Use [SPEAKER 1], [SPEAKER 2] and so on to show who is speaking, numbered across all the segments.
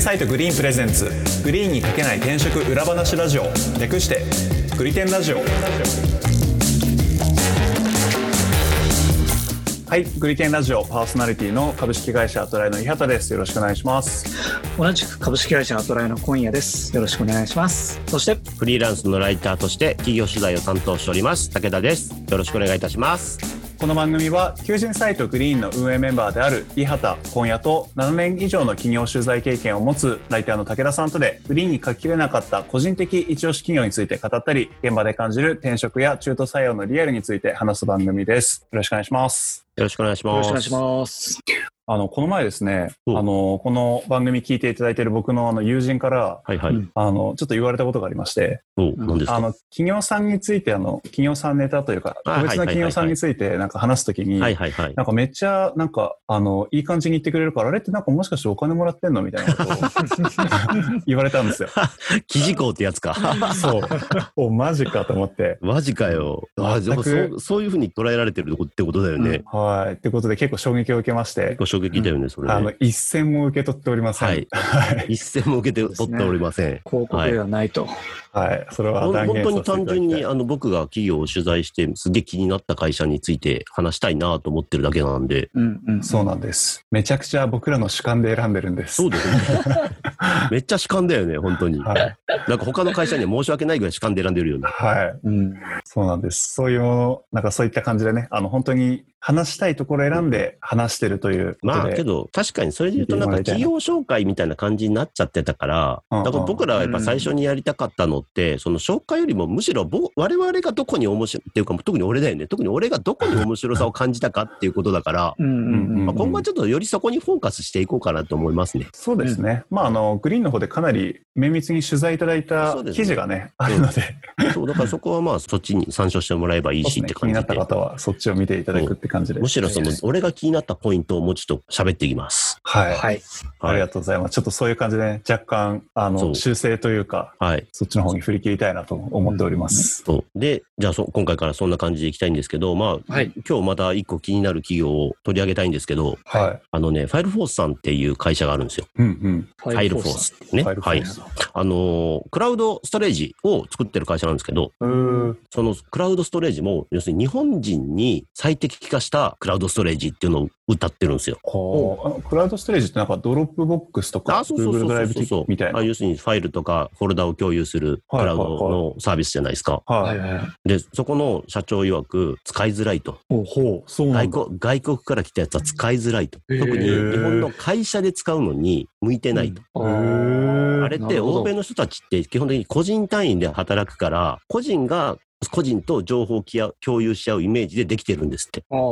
[SPEAKER 1] サイトグリーンプレゼンツグリーンにかけない転職裏話ラジオ略してグリテンラジオはいグリテンラジオパーソナリティの株式会社アトライの伊畑ですよろしくお願いします
[SPEAKER 2] 同じく株式会社アトライの今夜です。よろしくお願いします。そして、
[SPEAKER 3] フリーランスのライターとして企業取材を担当しております武田ですよろしくお願いいたします
[SPEAKER 1] この番組は求人サイトグリーンの運営メンバーである伊畑今夜と7年以上の企業取材経験を持つライターの武田さんとでグリーンに書ききれなかった個人的一押し企業について語ったり現場で感じる転職や中途採用のリアルについて話す番組ですよろしくお願いします
[SPEAKER 3] よろしくお願いし
[SPEAKER 2] よ
[SPEAKER 3] ま
[SPEAKER 2] ろし
[SPEAKER 3] す
[SPEAKER 2] くお願いします。
[SPEAKER 1] あのこの前ですねあ
[SPEAKER 3] うん
[SPEAKER 1] のこの番組聞いていただいている僕のあの友人から
[SPEAKER 3] はいはい、
[SPEAKER 2] うん
[SPEAKER 1] あのちょっと言われたことがありまして
[SPEAKER 3] おう何です
[SPEAKER 1] あ
[SPEAKER 3] か
[SPEAKER 1] の企業さんについてあの企業さんネタというか
[SPEAKER 3] あ
[SPEAKER 1] 個別な
[SPEAKER 3] はいはいはいは
[SPEAKER 1] 企
[SPEAKER 3] い
[SPEAKER 1] 業さんについてなんか話すときに、
[SPEAKER 3] はいはいはい
[SPEAKER 1] なんかめっちゃ、なんか、あの、いい感じに言ってくれるから、あれってなんかもしかしてお金もらってんのみたいなこと を言われたんですよ。
[SPEAKER 3] 記事項ってや つか
[SPEAKER 1] そう。お、マジかと思って。
[SPEAKER 3] マジかよあで
[SPEAKER 1] 全
[SPEAKER 3] も
[SPEAKER 1] く
[SPEAKER 3] そうそういうふうに捉えられてるってことだよね、
[SPEAKER 2] うん
[SPEAKER 1] はい。ってことで結構衝撃を受けまして
[SPEAKER 3] 結、構衝撃だよねそれね
[SPEAKER 1] あの、一銭も受け取っておりません。
[SPEAKER 3] はい
[SPEAKER 1] はい。
[SPEAKER 3] 一銭も受けて取っておりません、
[SPEAKER 2] 広告ではないと。
[SPEAKER 1] はい。それは
[SPEAKER 3] ほん
[SPEAKER 1] 断
[SPEAKER 3] 本
[SPEAKER 1] 言
[SPEAKER 3] 当
[SPEAKER 1] させていただ
[SPEAKER 3] に
[SPEAKER 1] き
[SPEAKER 3] 単
[SPEAKER 1] た
[SPEAKER 3] 純
[SPEAKER 1] い
[SPEAKER 3] にあの僕が企業を取材してすげえ気になった会社について話したいなと思ってるだけなんで
[SPEAKER 2] うんうん。
[SPEAKER 1] そうなんです。めちゃくちゃ僕らの主観で選んでるんです。
[SPEAKER 3] そ うですねめっちゃ主観だよね本当に、
[SPEAKER 1] はい。
[SPEAKER 3] なんか他の会社には申し訳ないぐらい主観で選んでるよね
[SPEAKER 1] はい。
[SPEAKER 2] うん。
[SPEAKER 1] そうなんです。そういうもの、なんかそういった感じでね、あの、本当に話したいところ選んで話してるということで。
[SPEAKER 3] まあけど、確かにそれで言うと、なんか
[SPEAKER 1] 見てもらいたい
[SPEAKER 3] 企
[SPEAKER 1] な
[SPEAKER 3] 業紹介みたいな感じになっちゃってたから、
[SPEAKER 1] うんうん
[SPEAKER 3] だから僕らはやっぱ最初にやりたかったのって、その紹介よりもむしろぼ我々がどこに面白いっていうか、特に俺だよね、特に俺がどこに面白さを感じたかっていうことだから、
[SPEAKER 2] うんうん
[SPEAKER 1] ま
[SPEAKER 2] う
[SPEAKER 3] まあ
[SPEAKER 2] ん。
[SPEAKER 3] 今後はちょっとよりそこにフォーカスしていこうかなと思いますね。
[SPEAKER 1] そうですね。まあ、あの、グリーンの方でかなり綿密に取材いただいた
[SPEAKER 3] そうです
[SPEAKER 1] 記
[SPEAKER 3] ね
[SPEAKER 1] 事がね、あるので、
[SPEAKER 3] そうだからそこはまあそっちに参照してもらえばいいしって
[SPEAKER 1] 気
[SPEAKER 3] 感
[SPEAKER 1] に
[SPEAKER 3] じ
[SPEAKER 1] なった
[SPEAKER 3] で、
[SPEAKER 1] 方はそっちを見ていただくって感じで。
[SPEAKER 3] むしろその俺が気になったポイントをもうちょっと喋っていきます。
[SPEAKER 1] はい。
[SPEAKER 2] はい。
[SPEAKER 1] あり
[SPEAKER 3] は
[SPEAKER 1] が
[SPEAKER 3] い。
[SPEAKER 1] とうございます。ちょっとそういう感じでね、若干、あ
[SPEAKER 3] そ
[SPEAKER 1] の、
[SPEAKER 3] う
[SPEAKER 1] 修正というか、
[SPEAKER 3] はい
[SPEAKER 1] そっちの方に振り切りたいなと思っております。
[SPEAKER 3] そうで、じゃあそ今回からそんな感じでいきたいんですけど、まあ、
[SPEAKER 2] はい。
[SPEAKER 3] 今日また一個気になる企業を取り上げたいんですけど、
[SPEAKER 1] はい。
[SPEAKER 3] あのね、ファイルフォースさんっていう会社があるんですよ。
[SPEAKER 1] うん
[SPEAKER 2] フ
[SPEAKER 3] ファイルフォー。スってね。
[SPEAKER 1] ファイルフォ
[SPEAKER 3] は
[SPEAKER 1] ー
[SPEAKER 3] い。
[SPEAKER 1] ス
[SPEAKER 3] あのークラウドストレージを作ってる会社なんですけど、
[SPEAKER 1] うん。うー
[SPEAKER 3] そのクラウドストレージも、要するに日本人に最適化したクラウドストレージっていうのを歌ってるんですよ。
[SPEAKER 1] こうあのクラウドストレージってなんかドロップボックスとか、
[SPEAKER 3] あ、そうそう
[SPEAKER 1] Google ドライ
[SPEAKER 3] そ
[SPEAKER 1] ブ
[SPEAKER 3] うそうそう。
[SPEAKER 1] みたいな
[SPEAKER 3] あ。要するにファイルとかフォルダを共有するクラウド
[SPEAKER 1] はいはい
[SPEAKER 3] のサービスじゃないですか。
[SPEAKER 2] は
[SPEAKER 1] はいい。
[SPEAKER 2] はいはい。
[SPEAKER 3] で、そこの社長曰く使いづらいと。
[SPEAKER 2] お
[SPEAKER 1] ほう、そうなん
[SPEAKER 3] 外
[SPEAKER 1] だ。
[SPEAKER 3] 国外国から来たやつは使いづらいと。
[SPEAKER 2] へー
[SPEAKER 3] 特に日本の会社で使うのに向いてないと。
[SPEAKER 2] あ
[SPEAKER 1] へー
[SPEAKER 3] あれっ
[SPEAKER 2] な
[SPEAKER 3] て
[SPEAKER 2] るほど
[SPEAKER 3] 欧米の人たちって基本的に個人単位で働くから、個人が個人と情報をきあ共有し合うイメージでできてるんですって。
[SPEAKER 2] ああああああ。
[SPEAKER 1] へ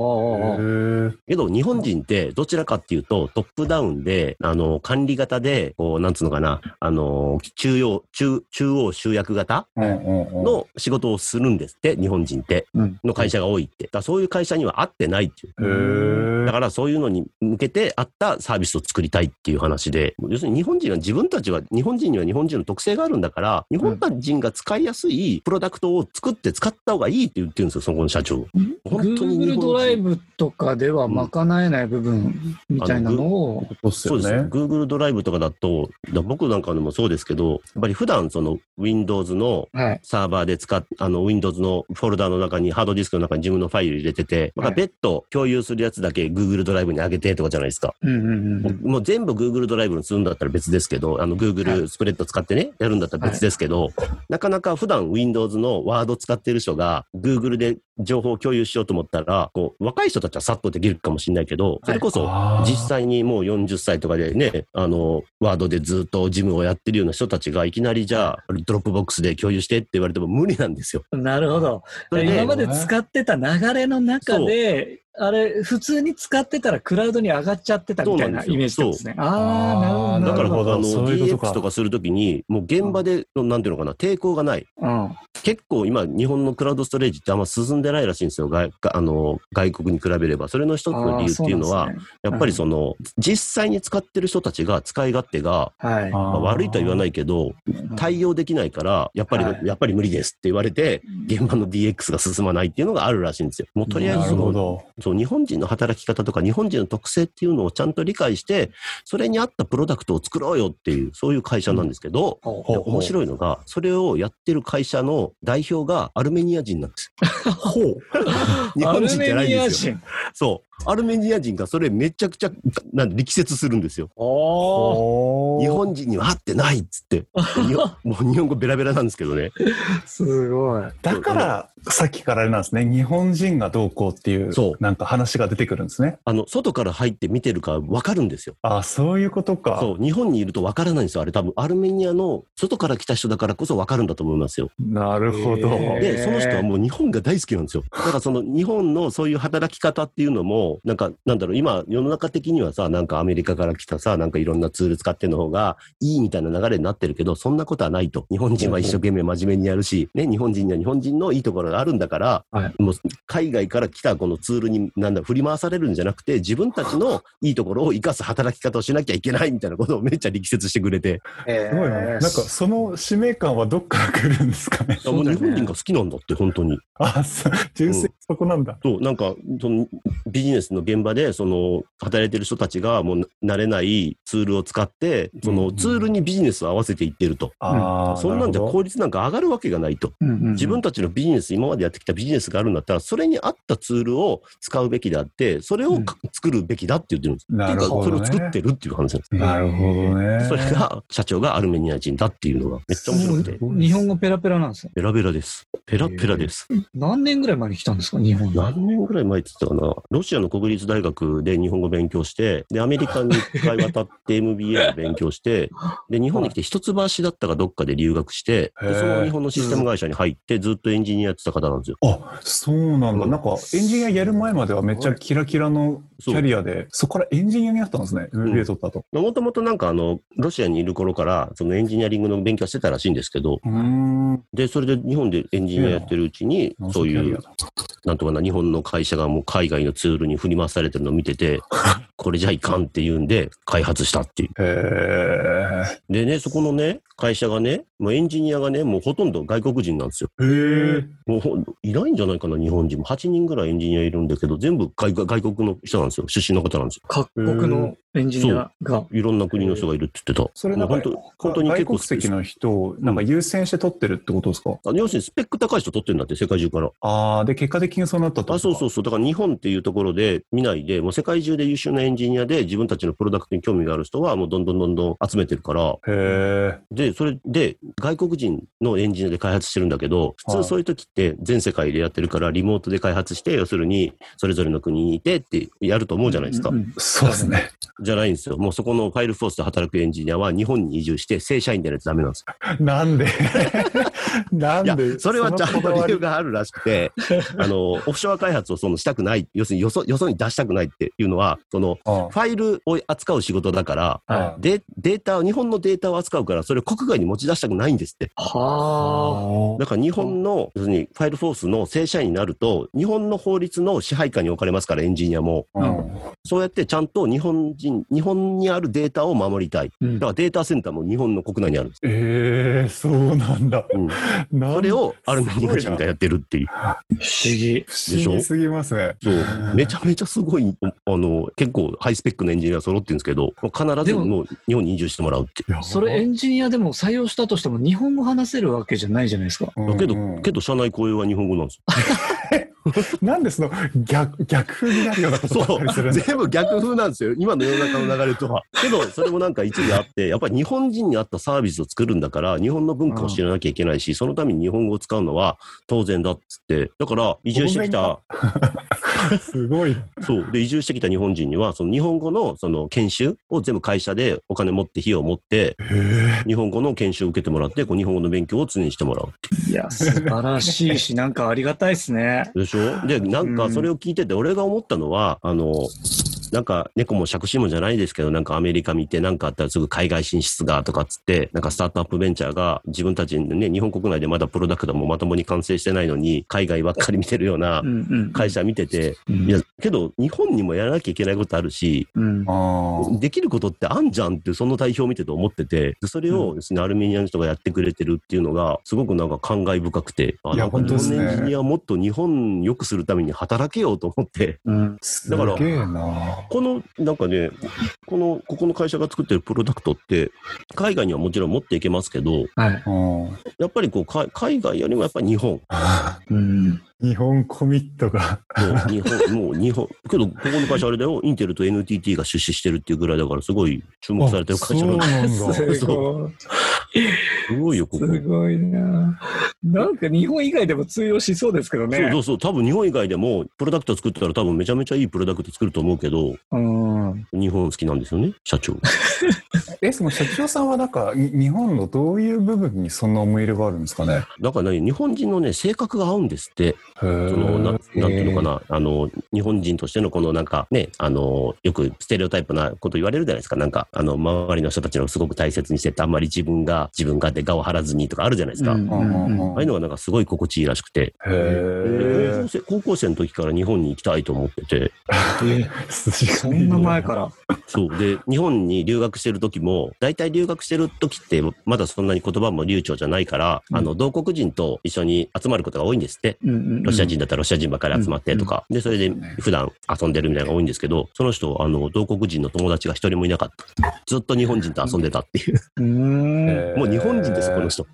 [SPEAKER 1] ー
[SPEAKER 3] けど日本人ってどちらかっていうとトップダウンで、あの、管理型で、こう、なんつうのかな、あの、中央、中、中央集約型
[SPEAKER 1] うんうんうん。
[SPEAKER 3] の仕事をするんですって、日本人って。
[SPEAKER 2] うん
[SPEAKER 3] の会社が多いって。だからそういう会社には合ってないっていう。
[SPEAKER 1] へー
[SPEAKER 3] だからそういうのに向けて合ったサービスを作りたいっていう話で、要するに日本人は自分たちは、日本人には日本人の特性があるんだから、日本人が使いやすいプロダクトを作って使った方がいいって言ってるんですよ、そこの社長。本当に日
[SPEAKER 2] Google
[SPEAKER 3] 本人
[SPEAKER 2] ドライブとかでは賄えない部分みたいなのを、
[SPEAKER 1] そうっす
[SPEAKER 3] そ
[SPEAKER 1] よ
[SPEAKER 3] うです。
[SPEAKER 1] ね。
[SPEAKER 3] Google ドライブとかだと、だ僕なんかでもそうですけど、やっぱり普段その Windows の
[SPEAKER 2] はい。
[SPEAKER 3] サーバーで使っ、あの、Windows のフォルダの中に、ハードディスクの中に自分のファイル入れてて、ま
[SPEAKER 2] は
[SPEAKER 3] あ、
[SPEAKER 2] い
[SPEAKER 3] 別途共有するやつだけ Google ドライブに上げてとかじゃないですか。
[SPEAKER 2] うんうんうん。
[SPEAKER 3] もう全部 Google ドライブにするんだったら別ですけど、あの
[SPEAKER 2] は
[SPEAKER 3] Google スプレッド使ってね、やるんだったら別ですけど、なかなか普段 Windows の Word 使ってる人が Google で情報を共有しようと思ったら、こう、若い人たちはさっとできるかもしれないけど、それこそ
[SPEAKER 1] あー
[SPEAKER 3] 実際にもう40歳とかでね、あの、ワードでずっとジムをやってるような人たちがいきなりじゃあ、ドロップボックスで共有してって言われても無理なんですよ。
[SPEAKER 2] なるほど。
[SPEAKER 3] それで
[SPEAKER 2] 今まで使ってた流れの中で、あれ、普通に使ってたらクラウドに上がっちゃってたみたいなイメージですね。ああ、な
[SPEAKER 1] そ
[SPEAKER 3] だ
[SPEAKER 1] う
[SPEAKER 3] か
[SPEAKER 2] る
[SPEAKER 3] ら、あ
[SPEAKER 2] ほ
[SPEAKER 1] なるほど
[SPEAKER 2] ど。
[SPEAKER 3] の、
[SPEAKER 1] そういうことか。
[SPEAKER 3] DX とかするときに、もう現場で、なんていうのかな、抵抗がない。
[SPEAKER 2] うん。
[SPEAKER 3] 結構今、日本のクラウドストレージってあんま進んでないらしいんですよ。外あの外国に比べれば。それの一つの理由っていうのは、
[SPEAKER 2] あー、そうなんですね
[SPEAKER 3] やっぱりその、実際に使ってる人たちが使い勝手が、
[SPEAKER 2] はい。
[SPEAKER 3] まあ悪いとは言わないいけど、
[SPEAKER 2] うん
[SPEAKER 3] 対応できないから、やっぱり、
[SPEAKER 2] はい
[SPEAKER 3] やっぱり無理ですって言われて、現場の DX が進まないっていうのがあるらしいんですよ。もうとりあえず
[SPEAKER 1] な
[SPEAKER 3] そ
[SPEAKER 1] るほ
[SPEAKER 3] の
[SPEAKER 1] ど。
[SPEAKER 3] そう日本人の働き方とか日本人の特性っていうのをちゃんと理解してそれに合ったプロダクトを作ろうよっていうそういう会社なんですけど、
[SPEAKER 2] ほう
[SPEAKER 3] で
[SPEAKER 1] ほうほう
[SPEAKER 3] 面白いのがそれをやってる会社の代表がアルメニア人なんです よ。 日本人じゃないんですよ。
[SPEAKER 2] よ。
[SPEAKER 3] そうアルメニア人がそれめちゃくちゃなん力説するんですよ。
[SPEAKER 2] おー
[SPEAKER 3] 日本人には合ってないっつって 日本もう日本語ベラベラなんですけどね。
[SPEAKER 2] すごい。
[SPEAKER 1] だから、さっきからあれなんですね。日本人がどうこうっていう、
[SPEAKER 3] そう
[SPEAKER 1] なんか話が出てくるんですね。
[SPEAKER 3] あの外から入って見てるから分かるんですよ。
[SPEAKER 1] ああ、そういうことか。
[SPEAKER 3] そう日本にいると分からないんですよあれ多分アルメニアの外から来た人だからこそ分かるんだと思いますよ。
[SPEAKER 1] なるほど。
[SPEAKER 2] へえ
[SPEAKER 3] で、その人はもう日本が大好きな んですよ。だからその日本のそういう働き方っていうのも、なんか、なんだろう、今世の中的にはさ、なんかアメリカから来たさ、なんかいろんなツール使ってんの方がいいみたいな流れになってるけど、そんなことはないと。日本人は一生懸命真面目にやるし、ね、日本人には日本人のいいところがあるんだから、
[SPEAKER 2] はい
[SPEAKER 3] もう海外から来たこのツールに、なんだろう、振り回されるんじゃなくて、自分たちのいいところを生かす働き方をしなきゃいけないみたいなことをめっちゃ力説してくれて、
[SPEAKER 2] え
[SPEAKER 1] すごいな。なんか、その使命感はどっから来るんですかね。
[SPEAKER 2] そ
[SPEAKER 3] も
[SPEAKER 2] う
[SPEAKER 3] う
[SPEAKER 2] だ
[SPEAKER 3] 日
[SPEAKER 2] よね
[SPEAKER 3] 本人が好きなんだって、本当に。
[SPEAKER 1] あ、そう純粋にそこなんだ。
[SPEAKER 3] そう、なんか、そのビジネスの現場で、その、働いてる人たちが、もう、慣れないツールを使って、そ
[SPEAKER 1] うんう
[SPEAKER 3] の、
[SPEAKER 1] ん
[SPEAKER 3] ツールにビジネスを合わせていってると。
[SPEAKER 1] ああ、
[SPEAKER 3] そんなんじゃ
[SPEAKER 1] るほど
[SPEAKER 3] 効率なんか上がるわけがないと。
[SPEAKER 2] うんうんうん
[SPEAKER 3] 自分たちのビジネス、今までやってきたビジネスがあるんだったら、それに合ったツールを使うべきであって、それをか作るべきだって言ってるんです。
[SPEAKER 1] な
[SPEAKER 3] ってい
[SPEAKER 1] る
[SPEAKER 3] うか、
[SPEAKER 1] ほ
[SPEAKER 3] それ
[SPEAKER 1] ど、
[SPEAKER 3] を
[SPEAKER 1] ね。
[SPEAKER 3] 作ってるっていう話なんです。
[SPEAKER 1] なるほどね。
[SPEAKER 3] それが、社長がアルメニア人だっていうのが、めっちゃ面白くて。
[SPEAKER 2] 日本語ペラペラなんですよ。
[SPEAKER 3] ペラペラです。ペラペラです。
[SPEAKER 2] 何年ぐらい前に来たんですか、日本に。
[SPEAKER 3] 何年ぐらい前って言ってたかな、ロシアの国立大学で日本語勉強して、で、アメリカに一回渡って MBA を勉強して、で、日本に来て一橋だったかどっかで留学して、
[SPEAKER 1] へ
[SPEAKER 3] で
[SPEAKER 1] ー
[SPEAKER 3] その日本のシステム会社に入って、ずっとエンジニアやってた方なんですよ。
[SPEAKER 1] あ、そうなんだ。
[SPEAKER 3] うん
[SPEAKER 1] なんか、エンジニアやる前まではめっちゃキラキラのキャリアで、そこからエンジニアになったんですね。
[SPEAKER 3] ん
[SPEAKER 1] MBA 取ったと。
[SPEAKER 3] もともとなんかあの、ロシアにいる頃から、そのエンジニアリングの勉強してたらしいんですけど、
[SPEAKER 1] うーん。
[SPEAKER 3] で、それで日本でエンジニアやってるうちに、そう
[SPEAKER 1] キャ
[SPEAKER 3] い
[SPEAKER 1] リア
[SPEAKER 3] う
[SPEAKER 1] だ、
[SPEAKER 3] なんとかな、日本の会社がもう海外のツールに振り回されてるのを見てて、 これじゃいかんっていうんで、開発したっていう。
[SPEAKER 1] へ
[SPEAKER 3] でね、そこのね、会社がね、もうエンジニアがね、もうほとんど外国人なんですよ。
[SPEAKER 1] え。へえ。
[SPEAKER 3] もうほんいないんじゃないかな、日本人も。8人ぐらいエンジニアいるんだけど、全部外外国の人なんですよ。出身の方なんですよ。
[SPEAKER 2] 各国のエンジニアが。
[SPEAKER 3] いろんな国の人がいるって言ってた。
[SPEAKER 1] それなんか
[SPEAKER 3] もう本当本当に結
[SPEAKER 1] 外
[SPEAKER 3] 構
[SPEAKER 1] 国籍の人をなんか優先して取ってるってことですか、
[SPEAKER 3] あ要するにスペック高い人取ってるんだって、世界中から。
[SPEAKER 1] ああ、で、結果的にそうなったってこと。
[SPEAKER 3] あそうそううそう。だから日本っていうところで見ないで、もう世界中で優秀なエンジニアで自分たちのプロダクトに興味がある人はもうどんどんどんどん集めてるから、
[SPEAKER 1] へえ。
[SPEAKER 3] で、それで、外国人のエンジニアで開発してるんだけど、普
[SPEAKER 1] はい
[SPEAKER 3] 通そういう時って全世界でやってるから、リモートで開発して、要するに、それぞれの国にいてってやると思うじゃないですか
[SPEAKER 2] う。ん
[SPEAKER 1] そうですね。
[SPEAKER 3] じゃないんですよ。もうそこのファイルフォースで働くエンジニアは日本に移住して、正社員でないとダメなんですよ。
[SPEAKER 1] なん でないんで
[SPEAKER 3] や、それはちゃん
[SPEAKER 1] そのことだわ
[SPEAKER 3] 理
[SPEAKER 1] り
[SPEAKER 3] 由があるらしくて、 あの、オフショア開発をそのしたくない、要するによそ、よそに出したくないっていうのは、その、
[SPEAKER 1] あ
[SPEAKER 3] ファイルを扱う仕事だから、
[SPEAKER 1] あ
[SPEAKER 2] は
[SPEAKER 3] でデータを、日本のデータを扱うから、それを国外に持ち出したくないんですって。
[SPEAKER 2] は
[SPEAKER 3] だから日本の、要するにファイルフォースの正社員になると、日本の法律の支配下に置かれますから、エンジニアも。
[SPEAKER 1] うん
[SPEAKER 3] そうやってちゃんと日本人、日本にあるデータを守りたい。
[SPEAKER 2] あ。う
[SPEAKER 3] だ
[SPEAKER 2] ん
[SPEAKER 3] からデータセンターも日本の国内にあるんです。
[SPEAKER 1] ええそうなんだ。
[SPEAKER 3] うん、
[SPEAKER 1] なん
[SPEAKER 3] それをアルメニア人がやってるっていう。
[SPEAKER 2] 不思議。
[SPEAKER 1] 不思議すぎますね。
[SPEAKER 3] そう。めちゃめちゃすごい、あの、結構ハイスペックなエンジニアが揃ってるんですけど、必ず
[SPEAKER 2] でも
[SPEAKER 3] もう日本に移住してもらうっていう。
[SPEAKER 1] やば
[SPEAKER 2] それエンジニアでも採用したとしても日本語話せるわけじゃないじゃないですか。
[SPEAKER 1] うんうん
[SPEAKER 3] けど、けど、社内雇用は日本語なんですよ。
[SPEAKER 1] なんでその逆逆風になるようなことばっかりす
[SPEAKER 3] そ
[SPEAKER 1] る
[SPEAKER 3] う。
[SPEAKER 1] んだ
[SPEAKER 3] 全部逆風なんですよ。今の世の中の流れとは。けど、それもなんか一理あって、やっぱり日本人に合ったサービスを作るんだから、日本の文化を知らなきゃいけないし、そのために日本語を使うのは当然だっつって。だから、移住してきた、
[SPEAKER 1] すご い。
[SPEAKER 3] そう。で、移住してきた日本人には、その日本語のその研修を全部会社でお金持って、費用を持って、日本語の研修を受けてもらって、こう日本語の勉強を常にしてもらう。
[SPEAKER 2] いや、素晴らしい し、なんかありがたいですね。
[SPEAKER 3] でしょで、なんかそれを聞いてて、俺が思ったのは、あの、なんか猫も借子もじゃないですけど、なんかアメリカ見てなんかあったらすぐ海外進出がとかっつって、なんかスタートアップベンチャーが自分たちでね、日本国内でまだプロダクトもまともに完成してないのに、海外ばっかり見てるような
[SPEAKER 2] うんうん
[SPEAKER 3] 会社見てて、
[SPEAKER 2] うん
[SPEAKER 3] いや、けど日本にもやらなきゃいけないことあるし、
[SPEAKER 2] うん
[SPEAKER 1] あー
[SPEAKER 3] できることってあんじゃんって、その代表を見てて思ってて、でそれをですね、アルメニアの人がやってくれてるっていうのが、すごくなんか感慨深くて、あ
[SPEAKER 1] いや
[SPEAKER 3] なんか
[SPEAKER 1] 本
[SPEAKER 2] 当ですね
[SPEAKER 3] 日本のエンジニアはもっと日本良くするために働けようと思って、
[SPEAKER 2] うん
[SPEAKER 1] す
[SPEAKER 3] だから
[SPEAKER 1] げえな。
[SPEAKER 3] この、なんかね、この、ここの会社が作ってるプロダクトって、海外にはもちろん持っていけますけど、
[SPEAKER 2] はい
[SPEAKER 1] うん
[SPEAKER 3] やっぱりこう、か海外よりもやっぱり日本。
[SPEAKER 2] うん
[SPEAKER 1] 日本コミットが。
[SPEAKER 3] もう日 本、もう日本。けど、ここの会社あれだよ、インテルと NTT が出資してるっていうぐらいだから、すごい注目されてる会社なんだ
[SPEAKER 1] あ そうなんだ。
[SPEAKER 2] すごい
[SPEAKER 3] すごいよ、ここ。
[SPEAKER 2] すごいななんか日本以外でも通用しそうですけどね
[SPEAKER 3] そうそうそう、多分日本以外でも、プロダクト作ったら多分めちゃめちゃいいプロダクト作ると思うけど、
[SPEAKER 2] うん
[SPEAKER 3] 日本好きなんですよね、社長。
[SPEAKER 1] え、その社長さんはなんか、に日本のどういう部分にそんな思い入れがあるんですかね。
[SPEAKER 3] だからね、日本人のね、性格が合うんですって。
[SPEAKER 1] へー
[SPEAKER 3] そのななんていうのか。な、あの日本人としてのこのなんかね、あのよくステレオタイプなこと言われるじゃないですか、なんかあの周りの人たちのすごく大切にしてて、あんまり自分が自分がって我を張らずにとかあるじゃないですか、
[SPEAKER 2] う
[SPEAKER 1] う
[SPEAKER 2] ん
[SPEAKER 1] んうんうん
[SPEAKER 3] ああいうのがなんかすごい心地いいらしくて、
[SPEAKER 1] へ
[SPEAKER 3] 高
[SPEAKER 1] え
[SPEAKER 3] 校。生高校生の時から日本に行きたいと思ってて、
[SPEAKER 2] えそんな前から
[SPEAKER 3] そうで日本に留学してる時も、大体留学してる時って、まだそんなに言葉も流暢じゃないから、あの同国人と一緒に集まることが多いんですって。
[SPEAKER 2] うんうんうん
[SPEAKER 3] ロシア人だったらロシア人ばっかり集まってとか、で、それで普段遊んでるみたいなのが多いんですけど、その人、あの、同国人の友達が一人もいなかった。ずっと日本人と遊んでたっていう。
[SPEAKER 2] うーん
[SPEAKER 3] もう日本人です、この。人。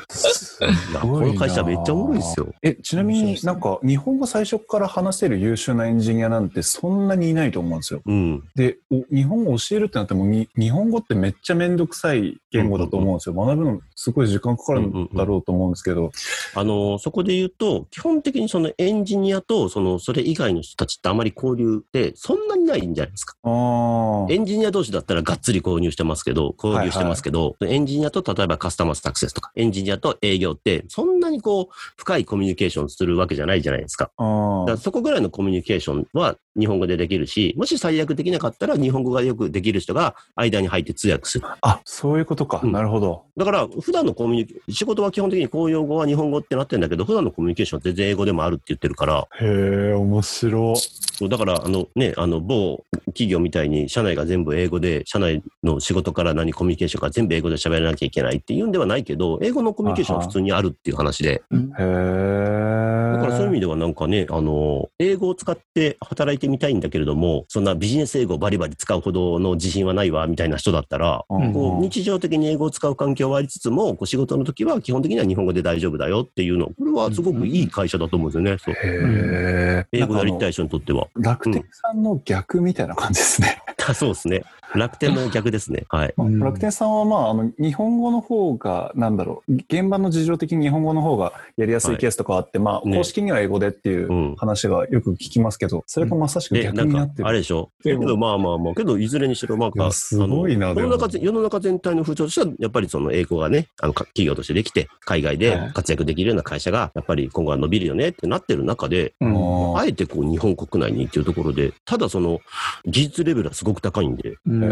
[SPEAKER 3] いやこの会社めっちゃおもろいですよ。
[SPEAKER 1] え、ちなみになんか、日本語最初から話せる優秀なエンジニアなんてそんなにいないと思うんですよ。
[SPEAKER 3] うん。
[SPEAKER 1] で、お日本語教えるってなってもに、日本語ってめっちゃめんどくさい言語だと思うんですよ。学ぶのすごい時間かかるんだろうと思うんですけど。
[SPEAKER 3] あの、そこで言うと、基本的にそのエンジニアと、その、それ以外の人たちってあまり交流ってそんなにないんじゃないですか。
[SPEAKER 1] ああ。
[SPEAKER 3] エンジニア同士だったらがっつり購入してますけど、交流してますけど、エンジニアと例えばカスタマーサクセスとか、エンジニアと営業って、そんなにこう、深いコミュニケーションするわけじゃないじゃないですか。
[SPEAKER 1] あ
[SPEAKER 3] だからそこぐらいのコミュニケーションは日本語でできるし、もし最悪できなかったら日本語がよくできる人が間に入って通訳する。
[SPEAKER 1] ああ、そういうことか。
[SPEAKER 3] うん
[SPEAKER 1] なるほど。
[SPEAKER 3] だから、普段のコミュニケ仕事は基本的に公用語は日本語ってなってるんだけど、普段のコミュニケーションって全英語でもあるって言ってるから、
[SPEAKER 1] へえ、面白。
[SPEAKER 3] そうだから、あのね、あの、某企業みたいに社内が全部英語で、社内の仕事から何コミュニケーションから全部英語で喋らなきゃいけないっていうんではないけど、英語のコミュニケーションは普通にあるっていう話で、
[SPEAKER 1] へえ。
[SPEAKER 3] だからそういう意味ではなんかね、あの、英語を使って働いてみたいんだけれども、そんなビジネス英語バリバリ使うほどの自信はないわ、みたいな人だったら、
[SPEAKER 1] うん
[SPEAKER 3] こう日常的に英語を使う環境はありつつも、こう仕事の時は基本的には日本語で大丈夫だよっていうの、これはすごくいい会社だと思うんですよね。そう
[SPEAKER 1] へえ。
[SPEAKER 3] 英語やり
[SPEAKER 1] なんか
[SPEAKER 3] たい人にとっては。
[SPEAKER 1] あの楽天さんの逆みたいな感じですね。
[SPEAKER 3] そうですね。楽天も逆ですね。はい。
[SPEAKER 2] うん
[SPEAKER 1] 楽天さんは、まあ、あの日本語の方がなんだろう現場の事情的に日本語の方がやりやすいケースとかあって、まあ、
[SPEAKER 3] ね
[SPEAKER 1] 公式には英語でっていう
[SPEAKER 3] うん
[SPEAKER 1] 話がよく聞きますけど、それがまさしく
[SPEAKER 3] で、
[SPEAKER 1] 逆
[SPEAKER 3] な
[SPEAKER 1] に
[SPEAKER 3] ん
[SPEAKER 1] な
[SPEAKER 3] か
[SPEAKER 1] って、る。
[SPEAKER 3] あれでしょけ
[SPEAKER 2] でも
[SPEAKER 3] ど、まあまあまあ、けど、いずれにしろ、ま
[SPEAKER 1] いや
[SPEAKER 3] あ、
[SPEAKER 1] すごいな
[SPEAKER 3] あ
[SPEAKER 1] で
[SPEAKER 3] の
[SPEAKER 1] も
[SPEAKER 3] 世の中ぜ世の中全体の風潮としては、やっぱりその英語がね、あのか企業としてできて、海外で
[SPEAKER 2] はい
[SPEAKER 3] 活躍できるような会社が、やっぱり今後は伸びるよねってなってる中で、
[SPEAKER 2] うん
[SPEAKER 1] あ
[SPEAKER 3] あ
[SPEAKER 1] ー
[SPEAKER 3] えてこう、日本国内にっていうところで、ただその、技術レベルはすごく高いんで、
[SPEAKER 2] うん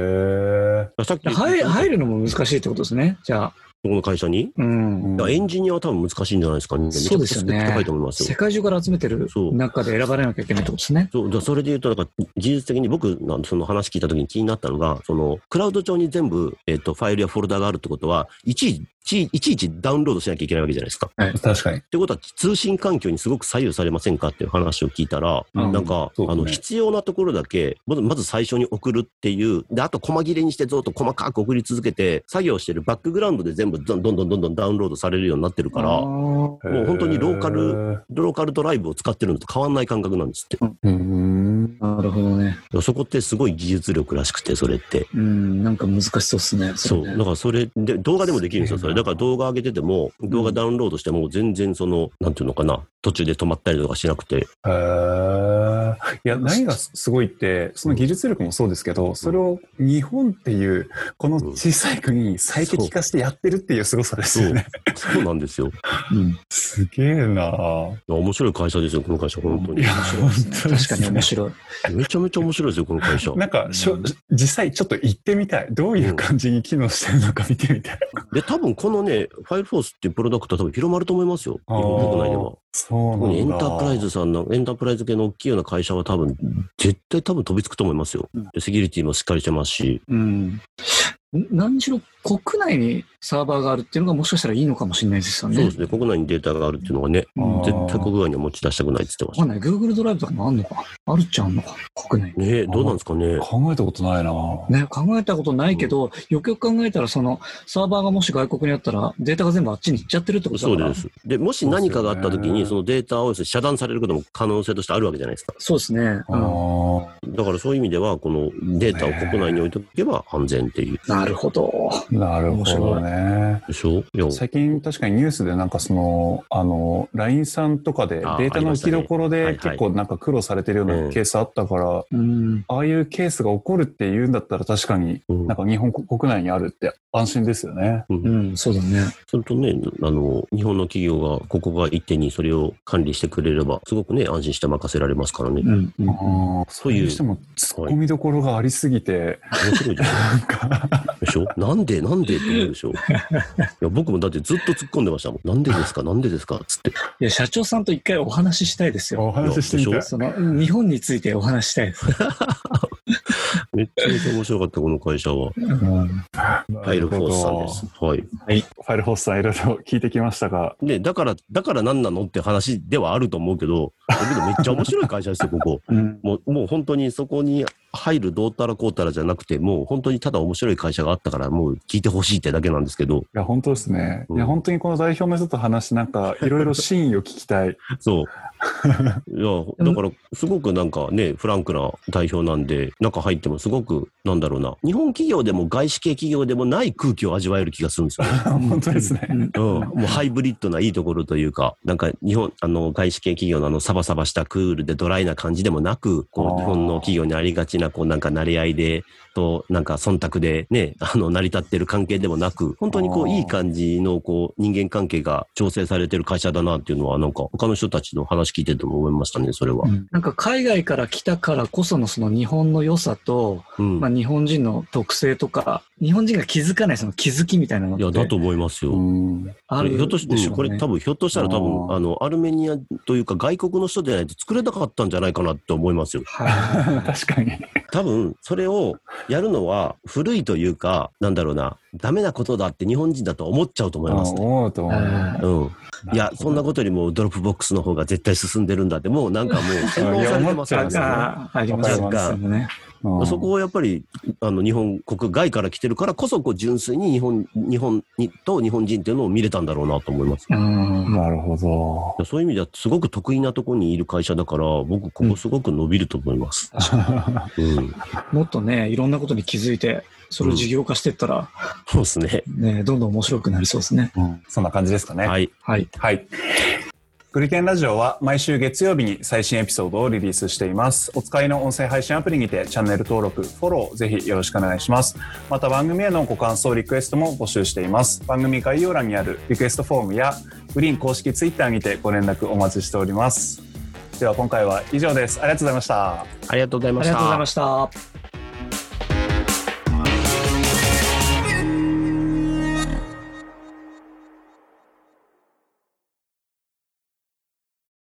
[SPEAKER 1] へえ
[SPEAKER 3] さっき言った
[SPEAKER 2] 入入るのも難しいってことですねじゃあ
[SPEAKER 3] この会社に、
[SPEAKER 2] うん
[SPEAKER 1] うん
[SPEAKER 3] だからエンジニアは多分難しいんじゃないですか、ね、
[SPEAKER 2] そうですよね
[SPEAKER 3] めちゃくちゃ高いと思いますよ
[SPEAKER 2] 世。界中から集めてる
[SPEAKER 3] そう
[SPEAKER 2] 中で選ばれなきゃいけないってことですね。
[SPEAKER 3] そうだからそれで言うと、なんか技術的に僕のその話聞いたときに気になったのが、そのクラウド上に全部、えっとファイルやフォルダがあるってことは、いちいちいちいちダウンロードしなきゃいけないわけじゃないですか。っ
[SPEAKER 1] 確かに
[SPEAKER 3] てことは、通信環境にすごく左右されませんかっていう話を聞いたら、
[SPEAKER 1] うん
[SPEAKER 3] なんか、
[SPEAKER 1] そうですね
[SPEAKER 3] あの必要なところだけまず、まず最初に送るっていう、であと、細切れにしてずっと細かく送り続けて、作業してるバックグラウンドで全部どんどんどんどんどんダウンロードされるようになってるから、
[SPEAKER 2] も
[SPEAKER 3] もう本当にローカ
[SPEAKER 1] ル
[SPEAKER 3] ローカルドライブを使ってるのと変わんない感覚なんですって。
[SPEAKER 1] うん
[SPEAKER 2] なるほどね。
[SPEAKER 3] そこってすごい技術力らしくて、それって。
[SPEAKER 2] うん、なんか難しそうですね。
[SPEAKER 3] そ
[SPEAKER 2] れ
[SPEAKER 3] う。だ
[SPEAKER 2] ね
[SPEAKER 3] からそれで、動画でもできるんですよ、
[SPEAKER 1] す
[SPEAKER 3] そ
[SPEAKER 1] げえ
[SPEAKER 3] れ。
[SPEAKER 1] な
[SPEAKER 3] だから動画上げてても、動画ダウンロードしても、全然その、なんていうのかな、途中で止まったりとかしな くて。
[SPEAKER 1] へーいや何がすごいってその技術力もそうですけど、それを日本っていうこの小さい国に最適化してやってるっていうすごさですよね。
[SPEAKER 3] そうなんですよ。
[SPEAKER 2] うん、
[SPEAKER 1] すげえなあ
[SPEAKER 3] 面白い会社ですよ、この会社、本当
[SPEAKER 1] い
[SPEAKER 3] に
[SPEAKER 1] や。本当
[SPEAKER 2] 確かに面白い。
[SPEAKER 3] めちゃめちゃ面白いですよ、この会社。
[SPEAKER 1] なんかしょ実際ちょっと行ってみたいどういう感じに機能してるのか見てみたい。
[SPEAKER 3] で、多分このね、ファイルフォースっていうプロダクトは多分広まると思いますよ。日
[SPEAKER 1] あー
[SPEAKER 3] 本国内では。
[SPEAKER 1] そう
[SPEAKER 3] 特に
[SPEAKER 1] な
[SPEAKER 3] エ
[SPEAKER 1] ん
[SPEAKER 3] ン
[SPEAKER 1] だ。
[SPEAKER 3] タープライズさんの、エンタープライズ系の大きいような会社は多分、絶対多分飛びつくと思いますよ。でセキュリティもしっかりしてますし。
[SPEAKER 1] うん。
[SPEAKER 2] 何しろ国内にサーバーがあるっていうのがもしかしたらいいのかもしれないですよね。
[SPEAKER 3] そうですね、国内にデータがあるっていうのがね、
[SPEAKER 2] うん
[SPEAKER 1] あー
[SPEAKER 3] 絶対国外には持ち出したくないって言ってま
[SPEAKER 2] わ
[SPEAKER 3] し
[SPEAKER 2] かんない。Google ドライブとかもあんのかあるっちゃあんのか国内に
[SPEAKER 3] た。ねえどうなんですかね。
[SPEAKER 1] 考えたことないな。
[SPEAKER 2] ね、考えたことないけど、よくよく考えたら、その、サーバーがもし外国にあったら、データが全部あっちに行っちゃってるってこと
[SPEAKER 3] そ
[SPEAKER 2] だ
[SPEAKER 3] う
[SPEAKER 2] から。
[SPEAKER 3] です。で、もし何かがあった時に、そのデータを遮断されることも可能性としてあるわけじゃないですか。
[SPEAKER 2] そうですね。
[SPEAKER 1] あー
[SPEAKER 3] だからそういう意味では、このデータを国内に置いておけば安全っていう。
[SPEAKER 2] なるほど。
[SPEAKER 1] なるほどね。
[SPEAKER 3] でしょいや
[SPEAKER 1] 最近確かにニュースでなんかその、あの、LINE さんとかでデ
[SPEAKER 3] あー
[SPEAKER 1] ータの置きどころ
[SPEAKER 3] あ
[SPEAKER 1] で
[SPEAKER 3] りましたね
[SPEAKER 1] 結構なんか苦労されてるよう
[SPEAKER 3] うん
[SPEAKER 1] なケースあったから、
[SPEAKER 2] うん。
[SPEAKER 1] ああいうケースが起こるっていうんだったら確かに
[SPEAKER 3] うん
[SPEAKER 1] なんか日本国内にあるって安心ですよね。
[SPEAKER 3] うん
[SPEAKER 2] うん、そうだね。
[SPEAKER 3] それとね、あの、日本の企業が、ここが一手にそれを管理してくれれば、すごくね、安心して任せられますからね。
[SPEAKER 2] うん。うん
[SPEAKER 1] あー
[SPEAKER 3] そう
[SPEAKER 1] それ
[SPEAKER 3] いう
[SPEAKER 1] にしても突っ込みどころがありすぎて、
[SPEAKER 3] 面白いじゃん
[SPEAKER 1] なんか、
[SPEAKER 3] でしょなんでなんでって思うでしょいや僕もだってずっと突っ込んでましたもん。なんでですかなんでですかっつって。
[SPEAKER 2] いや、社長さんと一回お話ししたいですよ。
[SPEAKER 1] お話ししてみたい。
[SPEAKER 2] その、日本についてお話ししたいです。
[SPEAKER 3] めっちゃめちゃ面白かった、この会社は。ファイルフォースさんです。はい。
[SPEAKER 1] ファイルホースさんいろいろ聞いてきましたが、
[SPEAKER 3] ね、だから、だから何なのって話ではあると思うけど、だけどめっちゃ面白い会社ですよ、ここ。
[SPEAKER 2] うん。
[SPEAKER 3] もう、もう本当にそこに入るどうたらこうたらじゃなくて、もう本当にただ面白い会社があったから、もう聞いてほしいってだけなんですけど、
[SPEAKER 1] いや、本当ですね。
[SPEAKER 3] うん
[SPEAKER 1] いや、本当にこの代表の人と話して、なんか、いろいろ真意を聞きたい。
[SPEAKER 3] そう。いや、だから、すごくなんかね、フランクな代表なんで、中入ってもすごく、なんだろうな、日本企業でも外資系企業でもない空気を味わえる気がするんですよね。
[SPEAKER 1] 本当ですね。
[SPEAKER 3] うん、もうハイブリッドないいところというか、なんか日本、あの、外資系企業のあの、サバサバしたクールでドライな感じでもなく、こ
[SPEAKER 1] あー
[SPEAKER 3] う、日本の企業にありがちな、こう、なんか慣れ合いで、と、なんか忖度でね、あの、成り立ってる関係でもなく、本当にこ
[SPEAKER 1] あ
[SPEAKER 3] う、
[SPEAKER 1] ー
[SPEAKER 3] いい感じの、こう、人間関係が調整されてる会社だなっていうのは、なんか、他の人たちの話聞いてても思いましたね、それは。
[SPEAKER 2] なんか海外から来たからこそのその日本の良さと、
[SPEAKER 3] うん。
[SPEAKER 2] まあ日本人の特性とか、日本人が気づかないその気づきみたいなのっ
[SPEAKER 3] い
[SPEAKER 2] て
[SPEAKER 3] や、だと思いますよ。
[SPEAKER 1] うん。
[SPEAKER 2] ある
[SPEAKER 3] ひょっとし
[SPEAKER 2] でしょう
[SPEAKER 3] これ
[SPEAKER 2] ね
[SPEAKER 3] 多分ひょっとしたら多分
[SPEAKER 1] あー
[SPEAKER 3] あのアルメニアというか外国の人でないと作れなかったんじゃないかなって思いますよ。
[SPEAKER 2] は
[SPEAKER 1] 確かに。
[SPEAKER 3] 多分それをやるのは古いというかなんだろうなダメなことだって日本人だと思っちゃうと思いますね。
[SPEAKER 1] 思うと
[SPEAKER 2] い
[SPEAKER 1] 思う。
[SPEAKER 2] は
[SPEAKER 3] うん、いや
[SPEAKER 1] るほど
[SPEAKER 3] そんなことよりもドロップボックスの方が絶対進んでるんだってもうなんかもう洗脳されてます
[SPEAKER 2] い。
[SPEAKER 3] か
[SPEAKER 1] そう
[SPEAKER 3] ら
[SPEAKER 1] ですね
[SPEAKER 3] ね。
[SPEAKER 2] あああります
[SPEAKER 3] わかります
[SPEAKER 2] ね。
[SPEAKER 1] うん
[SPEAKER 3] そこをやっぱりあの日本国外から来てるからこそこう純粋に日本日本にと日本人っていうのを見れたんだろうなと思います。
[SPEAKER 2] うん。
[SPEAKER 1] なるほど。
[SPEAKER 3] そういう意味ではすごく得意なところにいる会社だから僕ここすごく伸びると思います。うん
[SPEAKER 2] もっとね、いろんなことに気づいて、それを事業化していったら、
[SPEAKER 3] そうですね。
[SPEAKER 2] ね、どんどん面白くなりそうですね。
[SPEAKER 1] うんそんな感じですかね。
[SPEAKER 3] はい。
[SPEAKER 2] はい。
[SPEAKER 1] はい。グリテンラジオは毎週月曜日に最新エピソードをリリースしています。お使いの音声配信アプリにてチャンネル登録、フォローぜひよろしくお願いします。また番組へのご感想、リクエストも募集しています。番組概要欄にあるリクエストフォームやグリーン公式ツイッターにてご連絡お待ちしております。では今回は以上です。ありがとうございました。
[SPEAKER 3] ありがとうござい
[SPEAKER 2] あ
[SPEAKER 3] ま
[SPEAKER 2] り
[SPEAKER 3] し
[SPEAKER 2] がとうござい
[SPEAKER 3] た
[SPEAKER 2] ま。した。